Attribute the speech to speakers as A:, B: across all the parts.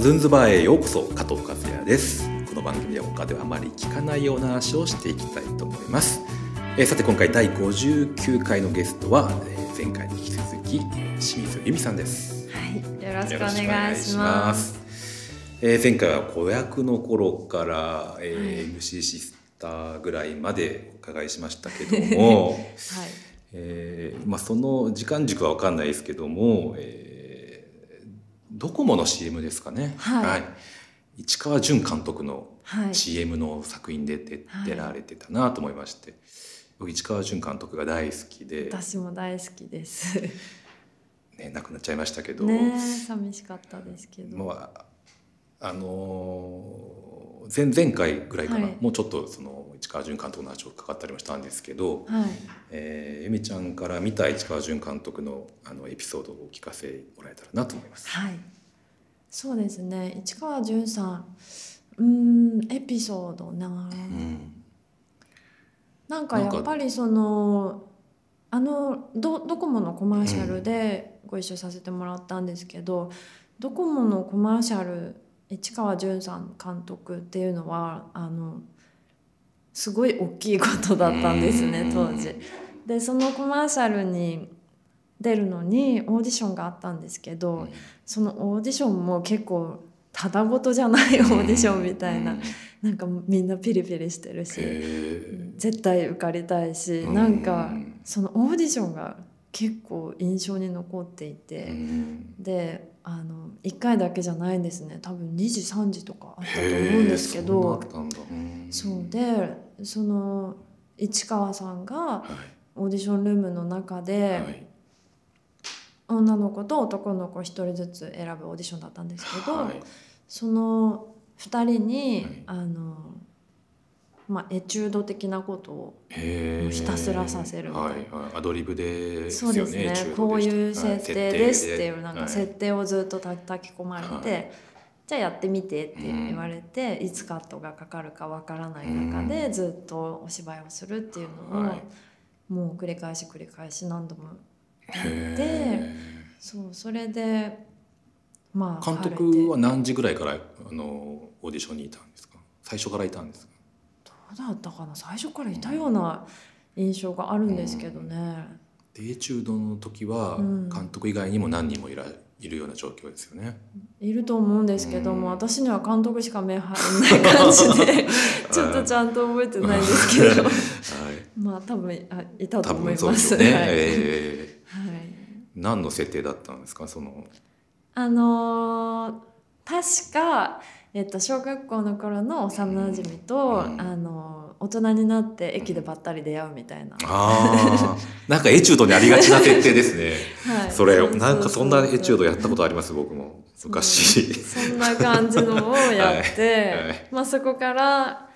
A: ズンズバーへようこそ加藤和也ですこの番組では他ではあまり聞かないような話をしていきたいと思います、えーさて今回第59回のゲストは、えー前回に引き続きえー清水由美さんです
B: はい、よろしくお願いします。
A: す、えー前回は子役の頃から、えー MC シスターぐらいまでお伺いしましたけども
B: はい、
A: えーまあ、その時間軸は分かんないですけども、えードコモの CM ですかね、
B: はい
A: 市川淳監督の
B: はい、
A: CM の作品で出,、
B: はい
A: られてたなと思いまして僕市川淳監督が大好きで、
B: 私も大好きです。
A: ね、亡くなっちゃいましたけど、
B: ねえ、寂しかったですけど。
A: まああのー前々回ぐらいかな、
B: はい
A: もうちょっとその市川淳監督の話を伺ったりもしたんですけど、
B: はい、
A: えー、ゆみちゃんから見た市川淳監督のあのエピソードをお聞かせもらえたらなと思います。
B: はい。そうですね、市川淳さん。うーん、エピソードな。
A: うん、
B: なんかやっぱりその。あのドドコモのコマーシャルでご一緒させてもらったんですけど、ドコモのコマーシャル市川淳さん監督っていうのはあのすごい大きいことだったんです
A: う
B: ね
A: ん
B: 当時。でそのコマーシャルに出るのにオーディションがあったんですけど、
A: うん
B: そのオーディションも結構ただごとじゃないオーディションみたいな、
A: うんへ
B: なんかみんなピリピリしてるし。
A: え
B: 絶対受かりたいし、
A: うん
B: なんかそのオーディションが結構印象に残っていて、であの1回だけじゃないんですね多分2時3時とかあったと思うんですけど
A: へえそんなあったんだうん
B: そうでその市川さんが
A: は
B: オーディションルームの中
A: い
B: で、
A: はい
B: 女の子と男の子1人ずつ選ぶオーディションだったんですけど、
A: はい
B: その2人に、
A: はい
B: あのまあ、エチュード的なことを
A: へえ
B: ひたすらさせるみたいな
A: はいはい、アドリブで
B: そうですね
A: 中
B: こ
A: 毒
B: う
A: でした
B: いう設定ですっていう
A: は
B: なんか設定をずっと叩き込まれて、
A: はい
B: じゃあやってみてって言われて、いつカットがかかるかわからない中でずっとお芝居をするっていうのを、
A: はい
B: もう繰り返し繰り返し何度も
A: はい
B: で
A: へえ
B: そうそれでまあ
A: 監
B: 晴れて
A: 督は何時ぐらいからあのオーディションにいたんですか最初からいたんですか
B: どうだったかな最初からいたような印象があるんですけどね。
A: デイ中道の時は
B: うん
A: 監督以外にも何人もいらいるような状況ですよね。
B: いると思うんですけども、
A: うん
B: 私には監督しか目入んない感じ でちょっとちゃんと覚えてないんですけど
A: はい、
B: まあ多分あいたと
A: 多
B: 思い
A: 分
B: ます。
A: そうですよね。
B: はい、
A: え
B: はい
A: ー何の設定だったんですかその。
B: あのー確かえっと小学校の頃の幼馴染と、
A: うん
B: あのー大人になって駅でばったり出会うみたいな。
A: ああ、 なんかエチュードにありがちな設定ですね。
B: はい
A: それなんかそんなエチュード
B: や
A: やったことあります僕も
B: そう
A: 昔。
B: そんな感じのをやって、
A: はいはい
B: まあそこから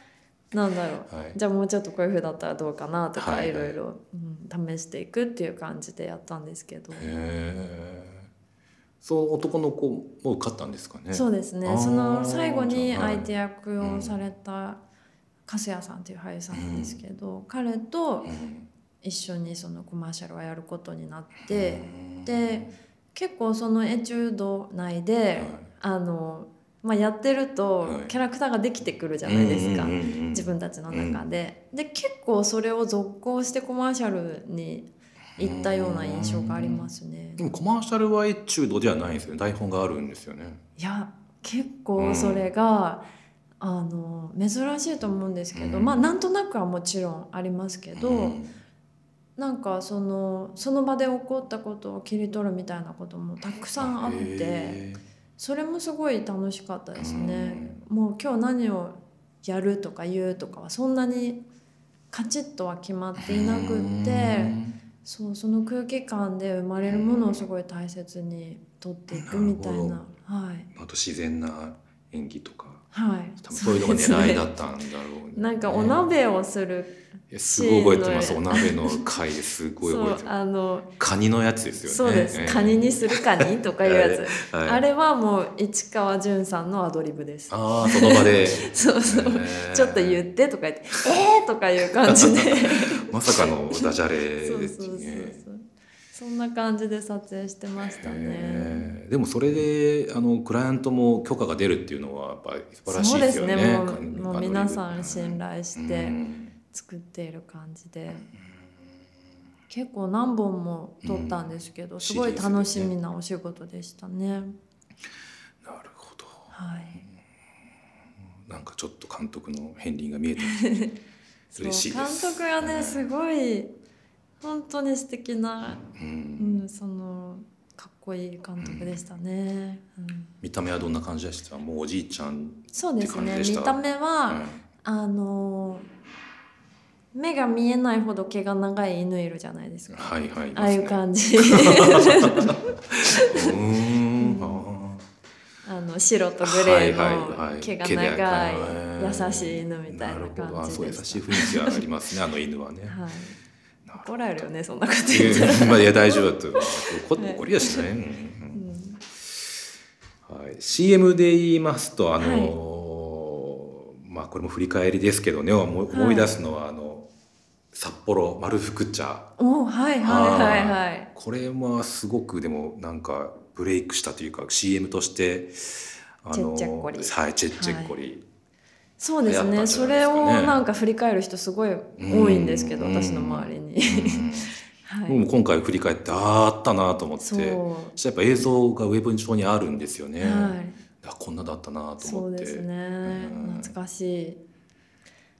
B: なんだろう。
A: はい。
B: じゃあもうちょっとこういう風だったらどうかなとか、
A: はい
B: い
A: はい
B: ろいろ、うん、試していくっていう感じでやったんですけど、
A: へえ。そう男の子も受かったんですかね。
B: そうですね
A: あー
B: その最後に
A: じゃあはい
B: 相手役をされた粕谷さんっていう俳優さんなんですけど、彼と
A: うん。
B: 一緒にそのコマーシャルをやることになって、で結構そのエチュード内で、
A: はい
B: あのまあ、やってると
A: はい
B: キャラクターができてくるじゃないですか。
A: うんうんうんうん
B: 自分たちの中で、で結構それを続行してコマーシャルに行ったような印象がありますね
A: でもコマーシャルはエチュードではないんですよね台本があるんですよね。
B: いや結構それが、あの珍しいと思うんですけど、
A: うん
B: まあなんとなくはもちろんありますけど、
A: うん
B: なんかそのその場で起こったことを切り取るみたいなこともたくさんあって
A: へ
B: それもすごい楽しかったですね。もう今日何をやるとか言うとかはそんなにカチッとは決まっ
A: ー
B: ていなくって。
A: うん
B: そうその空気感で生まれるものをすごい大切に取っていくみたい
A: なる
B: なはい
A: あと自然な演技とか
B: はい
A: 多分そういうのが狙いだ
B: そうで
A: ったんだろうね、
B: すねなんかお鍋をする、
A: えすごい覚えてますお鍋の回すごい
B: そ
A: 覚え
B: う
A: てま
B: あの
A: すカニのやつですよね
B: そうです、カニにするカニとかいうやつ、
A: はい
B: あれはもう市川淳さんのアドリブです
A: あーその場で
B: そうそう、
A: へー
B: ちょっと言ってとか言っ て「えー!」とかいう感じで
A: まさかのダジャレ
B: そう
A: で
B: そう
A: す
B: そうそう
A: ね
B: そんな感じで撮影してましたね。
A: えーでもそれであのクライアントも許可が出るっていうのはやっぱり素晴らし
B: そ
A: いうで
B: ですす
A: よね。
B: ねも
A: カ
B: う
A: ン
B: も
A: カン
B: う
A: ドリ
B: 皆
A: ブ
B: さん信頼し
A: う
B: て
A: ん
B: 作っている感じで、結構何本も撮ったんですけど、
A: ん
B: すごい
A: CDs
B: 楽しみなお仕事でしたね。
A: なるほど。
B: はい
A: なんかちょっと監督の片鱗が見えて
B: そう
A: 嬉しいです。
B: 監督がね
A: い。
B: すごい本当に素敵な、
A: う
B: うんん、そのかっこいい監督でしたね。うん
A: 見た目はどんな感じでした？もうおじいちゃん。
B: そうです
A: って
B: ね
A: 感じでした
B: 見た目は、あの目が見えないほど毛が長い犬いるじゃないです
A: うん
B: か、
A: はいはい。
B: ああいう
A: じ。
B: 感じ
A: うーん。あ
B: あの白とグレ
A: はいはい
B: ー
A: は
B: の
A: い
B: 毛が
A: 毛で
B: 長い
A: はい
B: 優しい犬み
A: ー
B: たい
A: な
B: な
A: るほど。
B: 感
A: あ
B: じ
A: そう優
B: で
A: しい
B: し
A: 雰囲気がありますね。あの犬はね
B: た、。はい、
A: なるほど
B: 怒られるよねそんなこと
A: い
B: 言ったら、
A: やまあいや大丈夫だと思う怒
B: はい
A: 怒りはしない。うんうんうん
B: うん
A: はい、CM で言いますとあのーまあこれも振り返りですけどね思い
B: はい
A: 思い出すのは、あの札幌丸福茶
B: おはいはいはいはい
A: これはすごくでもなんかブレイクしたというか CM としてあ
B: チェッチェッコリ
A: はいチェッチェッコリ、
B: そうです
A: 流行っ
B: ね
A: たんじゃ
B: そ
A: ないです
B: れ
A: か
B: を
A: ね
B: なんか振り返る人すごい多いんですけど
A: うん
B: 私の周りに、は
A: うん
B: い、
A: もう今回振り返ってあああったなと思って
B: そ、
A: そうしたらやっぱ映像がウェブ上にあるんですよね、
B: はい
A: あこんなだったなと
B: そ
A: 思
B: う
A: っ
B: で
A: て
B: すね
A: うん
B: 懐かし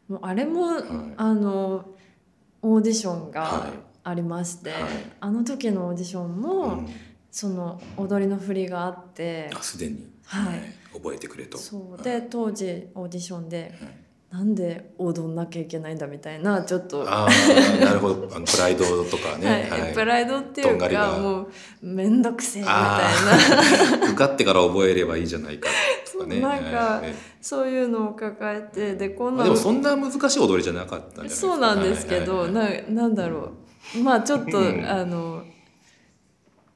B: いもうあれも、
A: い
B: あのオーディション
A: は
B: が
A: い
B: ありまして、
A: はい
B: あの時のオーディションも、
A: うん
B: その踊りの振りがあって
A: あすでに、
B: はい
A: 覚えてくれと
B: そう
A: は
B: で
A: い
B: 当時オーディションで
A: はい
B: なんで踊んなきゃいけないんだみたいなちょっと、は
A: ああなるほどあのプライドとか
B: い
A: ね、
B: プライドって
A: と
B: い
A: ん
B: う
A: がりが
B: かもう面倒くせえみたいな
A: ああ受かってから覚えればいいじゃないかとかね
B: そう なんか
A: はい
B: そういうのを抱えてでこん
A: まあ、で
B: なの
A: もそんな難しい踊りじゃなかったんじゃないですか
B: そうなんですけど、
A: はいはい
B: ななんだろうまあちょっと、
A: うん
B: あの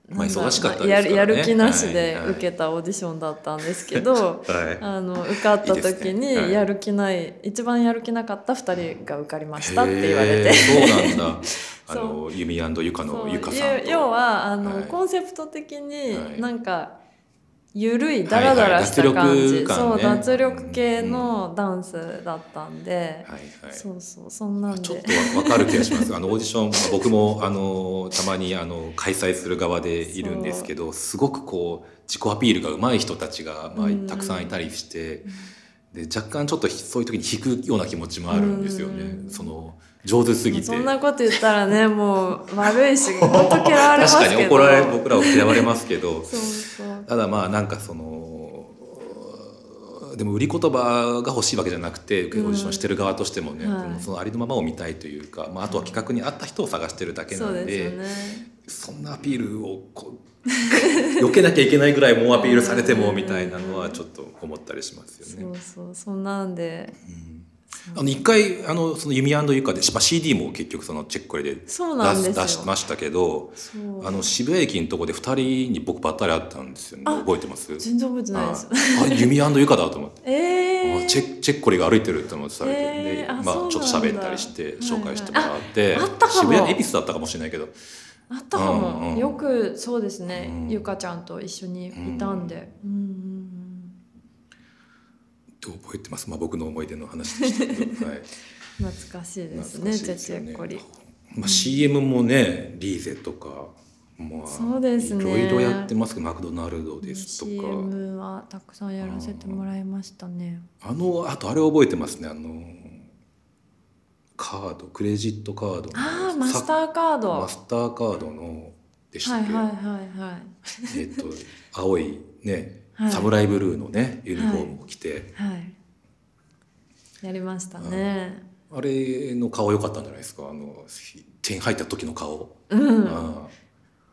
A: まあ
B: なんだ
A: 忙しかったですからね
B: やるやる気なしで
A: はいはい
B: 受けたオーディションだったんですけど、
A: はい
B: あの受かった時
A: いいですねは
B: に
A: い
B: やる気ない一番やる気なかった2人が受かりましたって言われ
A: へ
B: て。
A: ーそうなんだあ
B: そ
A: のユミゆか
B: そ
A: の
B: う
A: ゆかさん
B: ゆ要はあの、
A: はい
B: コンセプト的
A: はい
B: になんか緩いダラダラした感じ、
A: はいはい脱力感ね
B: そう脱力系のダンスだったんで、
A: はいはい
B: そうそうそんなんで
A: ちょっとわわかる気がします。あのオーディション、まあ僕もあのたまにあの開催する側でいるんですけど、すごくこう自己アピールが上手い人たちがまあ
B: うん
A: たくさんいたりして、で若干ちょっとひそういう時に引くような気持ちもあるんですよ
B: う
A: ね。
B: ん
A: その上手すぎて。
B: そんなこと言ったらねもう悪いし本当嫌われますけど
A: 確かに怒られ僕らは嫌われますけど、
B: そうそう
A: ただまあなんかその。でも売り言葉が欲しいわけじゃなくてオーディションしてる側としてもね、
B: はい
A: そのありのままを見たいというか、まあ、あとは企画に合った人を探してるだけな
B: そ
A: ん
B: う
A: で
B: ですよね
A: そんなアピールをこう 避けなきゃいけないぐらい猛アピールされてもみたいなのはちょっと思ったりしますよ
B: そ
A: ね。
B: うそうそんなんで
A: あの一回あのその弓ゆかで、まあ、CD も結局そのチェックレで出す
B: そうなんですよ
A: 出しましたけど
B: そう
A: あの渋谷駅のとこで2人に僕ばったり会ったんですよね
B: あ
A: 覚えてます
B: 全然覚えてないです
A: ああ弓ゆかだと思って。
B: えー、
A: あチェチェッコリが歩いてるって思ってされて、
B: え
A: で
B: ーあ
A: まあ、ち
B: そ
A: ょっ
B: うなん
A: と
B: だ
A: 喋ったりして紹介してもらって、
B: はいはいああったか
A: 渋
B: も
A: 谷恵比寿だったかもしれないけど
B: あったかも、
A: うんうん
B: よくそうですね、
A: うん
B: ゆかちゃんと一緒にいたんで、うんうん
A: って覚えてます、まあ、僕の思い出の話でしたけど、はい、
B: うん、懐かしいです
A: 懐
B: ね
A: かしい
B: チ
A: で
B: ェ
A: す
B: チ
A: よ
B: ェッコリ
A: まあ、CM もねリーゼとか、まあ、
B: そうですね
A: いろいろやってますけどマクドナルドですとか、
B: CM はたくさんやらせてもらいましたね、
A: あのあとあれ覚えてますねあのカードクレジットカードの
B: ああマスタ
A: ー
B: ーカード
A: マスターカードのでした
B: はい
A: っけ、
B: はいはいはい
A: えっと青いね、
B: はい
A: サムライブルーのねユニフォームを着て、
B: はい。やりましたね。
A: あれの顔良かったんじゃないですかあの点入った時の顔、
B: うん。
A: ああ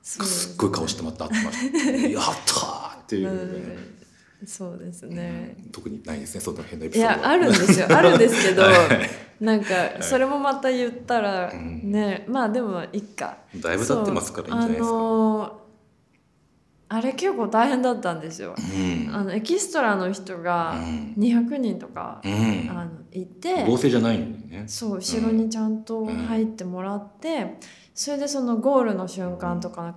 B: そうです
A: っごい顔してまた会ってました。やったーっていううね、
B: んそうですね。
A: 特にないですねその変なエピ
B: い
A: ソードは
B: やあるんですよ。あるんですけど、
A: はい
B: なんかそれもまた言ったら
A: うん
B: ね、まあでもいっか。
A: だいぶ経ってますからいいんじゃないです
B: そうあ
A: か。
B: のーあれ結構大変だったんですよ。あのエキストラの人が200人とか、
A: うんうん
B: あのいて、
A: 合成じゃないんだよね。
B: そう後ろにちゃんと入ってもらって、それでそのゴールの瞬間とか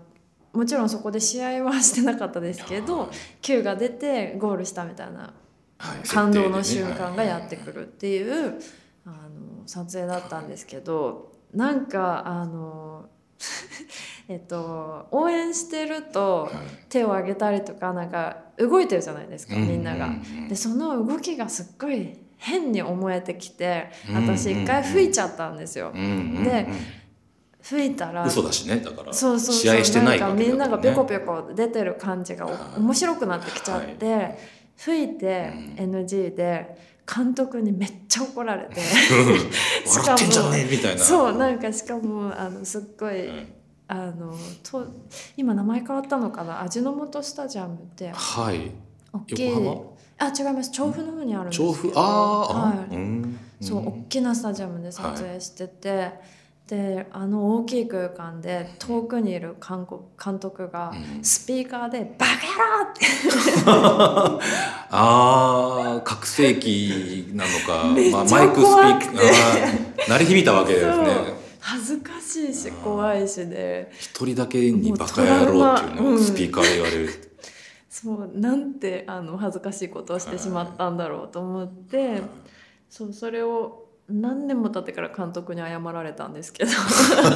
B: もちろんそこで試合はしてなかったですけど Q が出てゴールしたみたいな
A: はい
B: 感動の瞬間がやってくるっていうあの撮影だったんですけどなんかあの えっと応援してると
A: はい
B: 手を上げたりとかなんか動いてるじゃないですか
A: うう
B: みんなが。でその動きがすっごい変に思えてきて私一回吹いちゃったんですよ。
A: うんうんうん
B: で吹いたら
A: 嘘だしねだから
B: そうそうそう
A: 試合してない
B: ん
A: わ
B: か
A: けだ
B: みんながペコ
A: ペ
B: ペコ出てる感じが
A: はい
B: お面白くなってきちゃって、吹いて
A: う
B: NG で監督にめっちゃ怒られてしかも
A: 笑ってんじゃねえみたいな
B: そうなんんかしかもあのすっごい、
A: うん
B: あのと今名前変わったのかな味の素スタジアムって
A: はい
B: 大きい
A: 横
B: あ違います調布の方にあ
A: 浜
B: るんです
A: 調布あ
B: はい
A: ああうん
B: そう大きなスタジアムで撮影してて、であの大きい空間で遠くにいる韓国監督が
A: うん
B: スピーカーで「バカ野郎!」って
A: ああ覚醒器なの か
B: めっちゃ
A: まあマイクスピー
B: 怖く
A: ク
B: て
A: あー鳴り響いたわけです
B: そ
A: ね
B: う恥ずかしいし
A: あー
B: 怖いしで
A: 一人だけにバカ野郎っていう
B: もうトラウマ
A: のを
B: うん
A: スピーカーで言われる
B: そうなんてあの恥ずかしいことをしてしまったんだろうと思ってそうそれを何年も経ってから監督に謝られたんですけど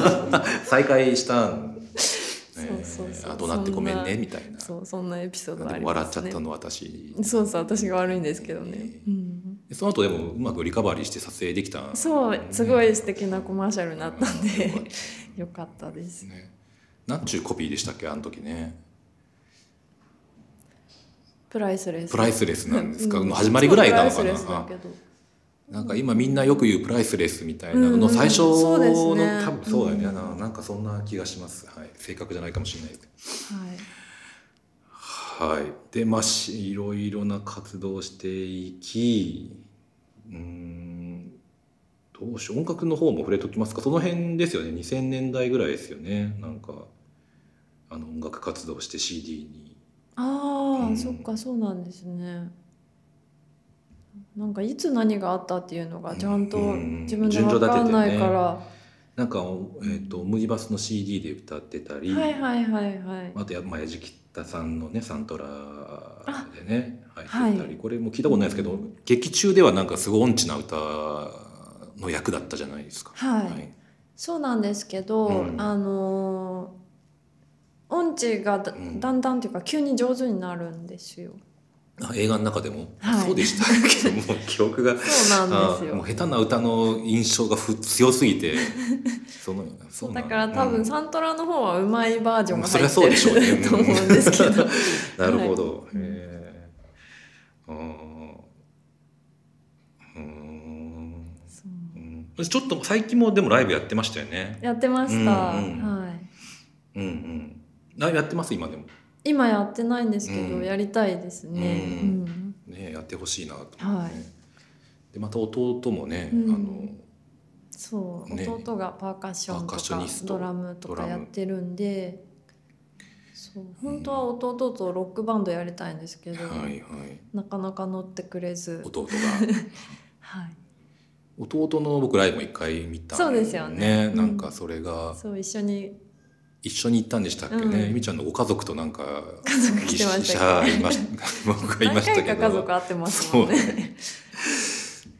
A: 再会したん
B: そうそうそう
A: あ怒鳴ってごめんねみたいな
B: そうそんなエピソードあ
A: で
B: り
A: も
B: ま
A: 笑っちゃ
B: す
A: っ
B: ね
A: たの私
B: そうそう私が悪いんですけどね、
A: え
B: うん
A: でその後でもうまくリカバリーして撮影できたんです
B: そうすごい素敵なコマーシャルになった ん
A: うん
B: で
A: よかっ
B: よかったです
A: ねなんちゅうコピーでしたっけあの時ね
B: プライスレス
A: プライスレスなんですか、
B: う
A: の始まりぐらいなのか
B: プラ
A: な
B: イスレスだけど
A: なんか今みんなよく言うプライスレスみたいな
B: うんう
A: の
B: ん
A: 最初の、
B: そうですね
A: 多分そうだよね、
B: うん
A: ななんかそんな気がします、はい、正確じゃないかもしれないです
B: はい
A: はいでまあしいろいろな活動をしていきうーんどうしよう音楽の方も触れときますかその辺ですよね2000年代ぐらいですよねなんかあの音楽活動して CD に
B: ああ、
A: うん
B: そっかそうなんですねなんかいつ何があったっていうのがちゃんと
A: うん
B: 自分で分かんないから、
A: なんか、おえー、とムギバスの CD で歌ってたり、
B: はいはいはいはい
A: あとや、まあ、やじきたさんのねサントラでね
B: は
A: 入
B: い
A: ってたり、これも聞いたことないですけど、劇中ではなんかすごい音痴な歌の役だったじゃないですか。
B: はい、
A: はい
B: そうなんですけど、
A: うん
B: あのー音痴がだ
A: うん
B: だんだんっていうか急に上手になるんですよ、
A: あ映画の中でも、
B: はい
A: そうでしたっけもう記憶が
B: そうなんです
A: あも
B: よ
A: う下手な歌の印象がふ強す ぎてそのそうな
B: だ
A: ん
B: から多分
A: うん
B: サントラの方はうまいバージョンが入
A: まあそりゃそうで
B: っ
A: しょう
B: てる
A: ね
B: と思うんですけど
A: なるほど。
B: い
A: へーうーん
B: そう
A: うん私ちょっと最近もでもライブやってましたよね。
B: やってました、
A: うんうん
B: はい
A: うんうん。ライブやってます今でも。
B: 今やってないんですけど、
A: うん
B: やりたいですね、
A: う
B: うん
A: ねやってほしいなと思って、
B: はい
A: でまた弟もね、
B: うん
A: あの
B: そう、
A: ね
B: 弟がパーカッション
A: パ
B: と
A: ーカッショ
B: か
A: ニスト
B: ドラムと
A: ド
B: か
A: ラ
B: や
A: ム
B: ってるんでそう本当は弟とロックバンドやりたいんですけど、
A: はいはい
B: なかなか乗ってくれず、
A: 弟が
B: はい、
A: 弟の僕ライブも一回見たん
B: そうですよね
A: なんかそれが
B: そう一緒に
A: 一緒に行ったんでしたっけね、
B: うん
A: ゆみちゃんのご家族となんか
B: 家族来てました
A: 一緒にいました僕がい
B: 何
A: ました
B: 回
A: け
B: か
A: ど
B: 家族会ってますもん
A: そう
B: ね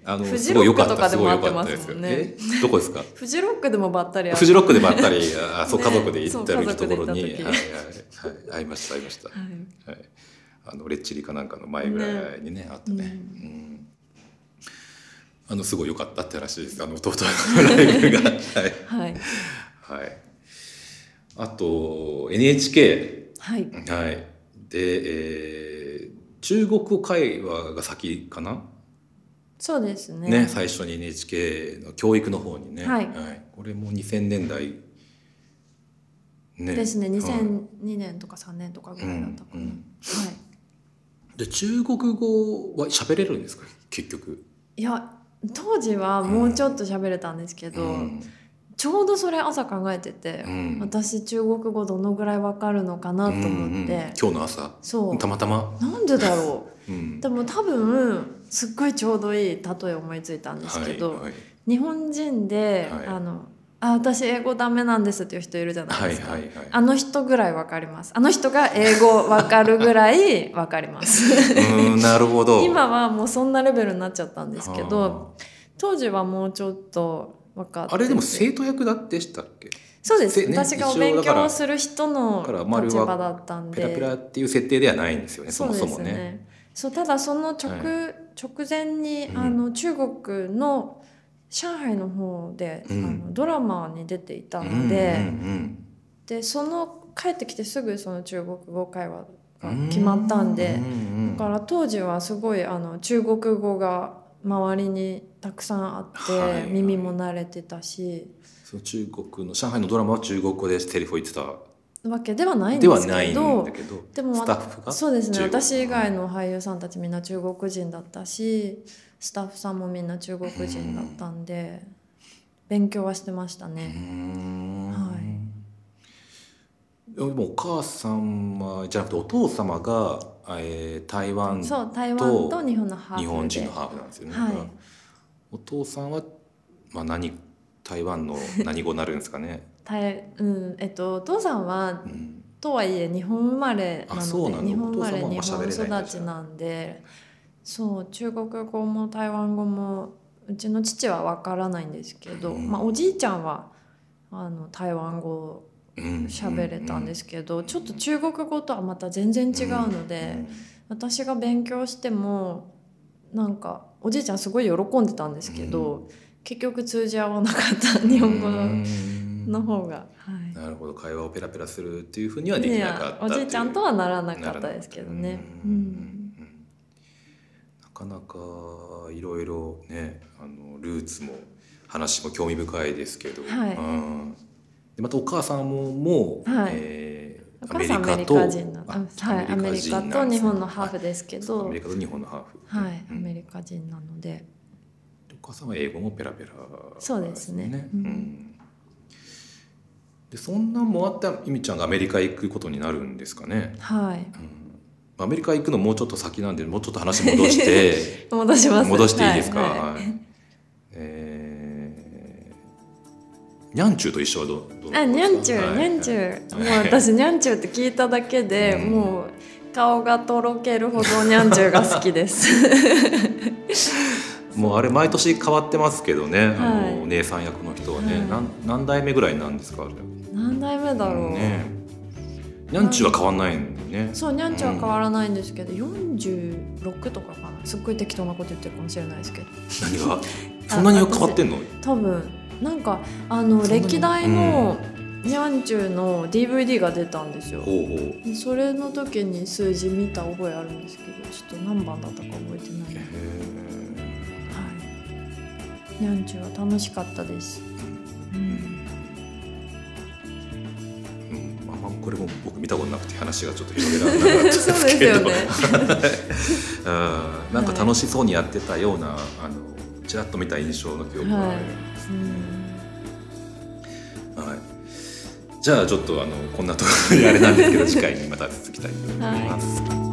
A: あの
B: フジ
A: すごい良かっ
B: ロックとか
A: た
B: ですも
A: ごい
B: 会
A: 良
B: って
A: かっ
B: ま
A: たです
B: す
A: よ
B: もんね
A: えどこですか
B: フジロックでもばったり会
A: フジロックでばったりあそう
B: ね
A: 家族で行ったり
B: そ
A: と
B: う
A: ころに、
B: 家族で行
A: はいはいは
B: っ
A: い、会いました会いました
B: はい
A: はい、あのレッチリかなんかの前ぐらいにねあったね、うんあのすごい良かったって話ですあの弟のライブ がはい、
B: はい
A: はい、あと NHK
B: はい
A: はいで、えー中国会話が先かな
B: そうですね
A: ね最初に NHK の教育の方にね、
B: はい
A: これも2000年代ね
B: ですね
A: はい
B: 2002年とか3年とかぐらいだったか
A: う
B: な、
A: んうん
B: はい
A: で中国語は喋れるんですか結局、
B: いや当時はもうちょっと喋れたんですけど、
A: うん
B: ちょうどそれ朝考えてて、
A: うん
B: 私中国語どのぐらいわかるのかなと思って、
A: うんうん今日の朝
B: そう
A: たまたま、
B: なんでだろ
A: うん
B: うでも多分すっごいちょうどいい例え思いついたんですけど、
A: はいはい
B: 日本人で、
A: はい
B: あのあ私英語ダメなんですっていう人いるじゃない
A: はい
B: ですか、
A: はいはい。
B: あの人ぐらいわかりますあの人が英語わかるぐらいわかりま す
A: うーん、なるほど。
B: 今はもうそんなレベルになっちゃったんですけど
A: は
B: 当時はもうちょっと分かって
A: あ。あれでも生徒役だってしたっけ
B: そうです、
A: せね
B: 私がお
A: 一応だか
B: 勉
A: ら
B: 強をする人の
A: だから丸は
B: 立場だったんで
A: ペラペラっていう設定ではないんですよね、そ
B: そう
A: も
B: です
A: そ
B: ね
A: もね。
B: そうただその直,、直前に、
A: うん
B: あの中国の上海の方で、
A: うん
B: あのドラマに出ていた
A: うん
B: ので、
A: うん
B: でその帰ってきてすぐその中国語会話が決まったん
A: う
B: で
A: ん、うん
B: だから当時はすごいあの中国語が周りにたくさんあって、
A: はいはい
B: 耳も慣れてたし
A: その中国の上海のドラマは中国語でセリフを言ってた
B: わけではないん
A: で
B: で
A: は
B: す
A: な
B: け
A: いん
B: ど
A: だけど
B: でも
A: スタッフが
B: そうですね
A: 中国
B: 私以外の俳優さんたちみんな中国人だったしスタッフさんもみんな中国人だったんで、勉強はしてました
A: うー
B: ね、
A: ん
B: は
A: でもお母様じゃなくてお父様が、えー台湾日
B: そう台湾と日本のハーフで
A: 本人のハーフなんですよね、
B: はい
A: だからお父さんは、まあ、何台湾の何語になるんですかね、
B: 台うんえっと、お父さんは
A: うん、
B: とはいえ日本生まれな
A: あそうな
B: ので
A: の
B: 日本生まれ
A: お
B: 日
A: 父様も喋れ
B: 本
A: ないんだ
B: 育ちなんでそう中国語も台湾語もうちの父は分からないんですけど、
A: うん
B: まあ、おじいちゃんはあの台湾語
A: うん
B: 喋れたんですけど、ちょっと中国語とはまた全然違うので、私が勉強してもなんかおじいちゃんすごい喜んでたんですけど、結局通じ合わなかった
A: うん
B: 日本語
A: う
B: の
A: ん
B: の方が。はい
A: なるほど会話をペラペラするっていうふうにはできなかった
B: い
A: っ
B: や
A: て
B: お
A: いう
B: じいちゃんとはならなかったですけどね。う
A: うん
B: ん
A: なかなかいろいろねあのルーツも話も興味深いですけど、
B: はい
A: うんでまたお母さんももう、
B: はい
A: えー
B: お母さんアメリ
A: と
B: カ人なの
A: あ
B: はい、アメリカ
A: 人なんで
B: と
A: すね
B: 日本のハーフですけ
A: あア
B: ど
A: メ、リカと日本のハーフ
B: はい、
A: う
B: ア
A: ん
B: メリカ人なので、
A: お母さんは英語もペラペラ、
B: そうですね
A: う
B: うん
A: んでそんなんもあったらゆみちゃんがアメリカ行くことになるんですかね、
B: はい、
A: うんアメリカ行くのもうちょっと先なんでもうちょっと話戻して
B: 戻します。
A: 戻していいですか、
B: はは
A: はいえーにゃんちゅうと一緒はどどう
B: あ、にゃんちゅう、
A: はい
B: にゃんちゅう、
A: はい
B: もう私にゃんちゅうって聞いただけで、
A: うん
B: もう。顔がとろけるほどにゃんちゅうが好 きです。
A: もうあれ毎年変わってますけどね、あ
B: はい
A: のお姉さん役の人はね、
B: はい
A: なん何代目ぐらいなんですかあれ
B: 何代目だろう。
A: ねにゃんちゅうは変わんないんだよね
B: そうにゃんちゅうは変わらないんですけど、46とかかなすっごい適当なこと言ってるかもしれないですけど
A: 何がそんなに変わってんの
B: 多分なんかあの
A: そんなに
B: 歴代のにゃんちゅうの DVD が出たんですよ
A: ほうほう
B: でそれの時に数字見た覚えあるんですけどちょっと何番だったか覚えてない
A: へ
B: な、はい、にゃんちゅうは楽しかったです、うん
A: ーうん、あんまこれも僕見たことなくて話がちょっと広げられなかったで
B: そう
A: す
B: です
A: けど
B: よね
A: うんなんか楽しそうにやってたような、あのちらっと見た印象の記憶があります
B: う
A: ね、
B: ん
A: はいじゃあちょっとあのこんなところであれなんですけど次回にまた続きたいと思います。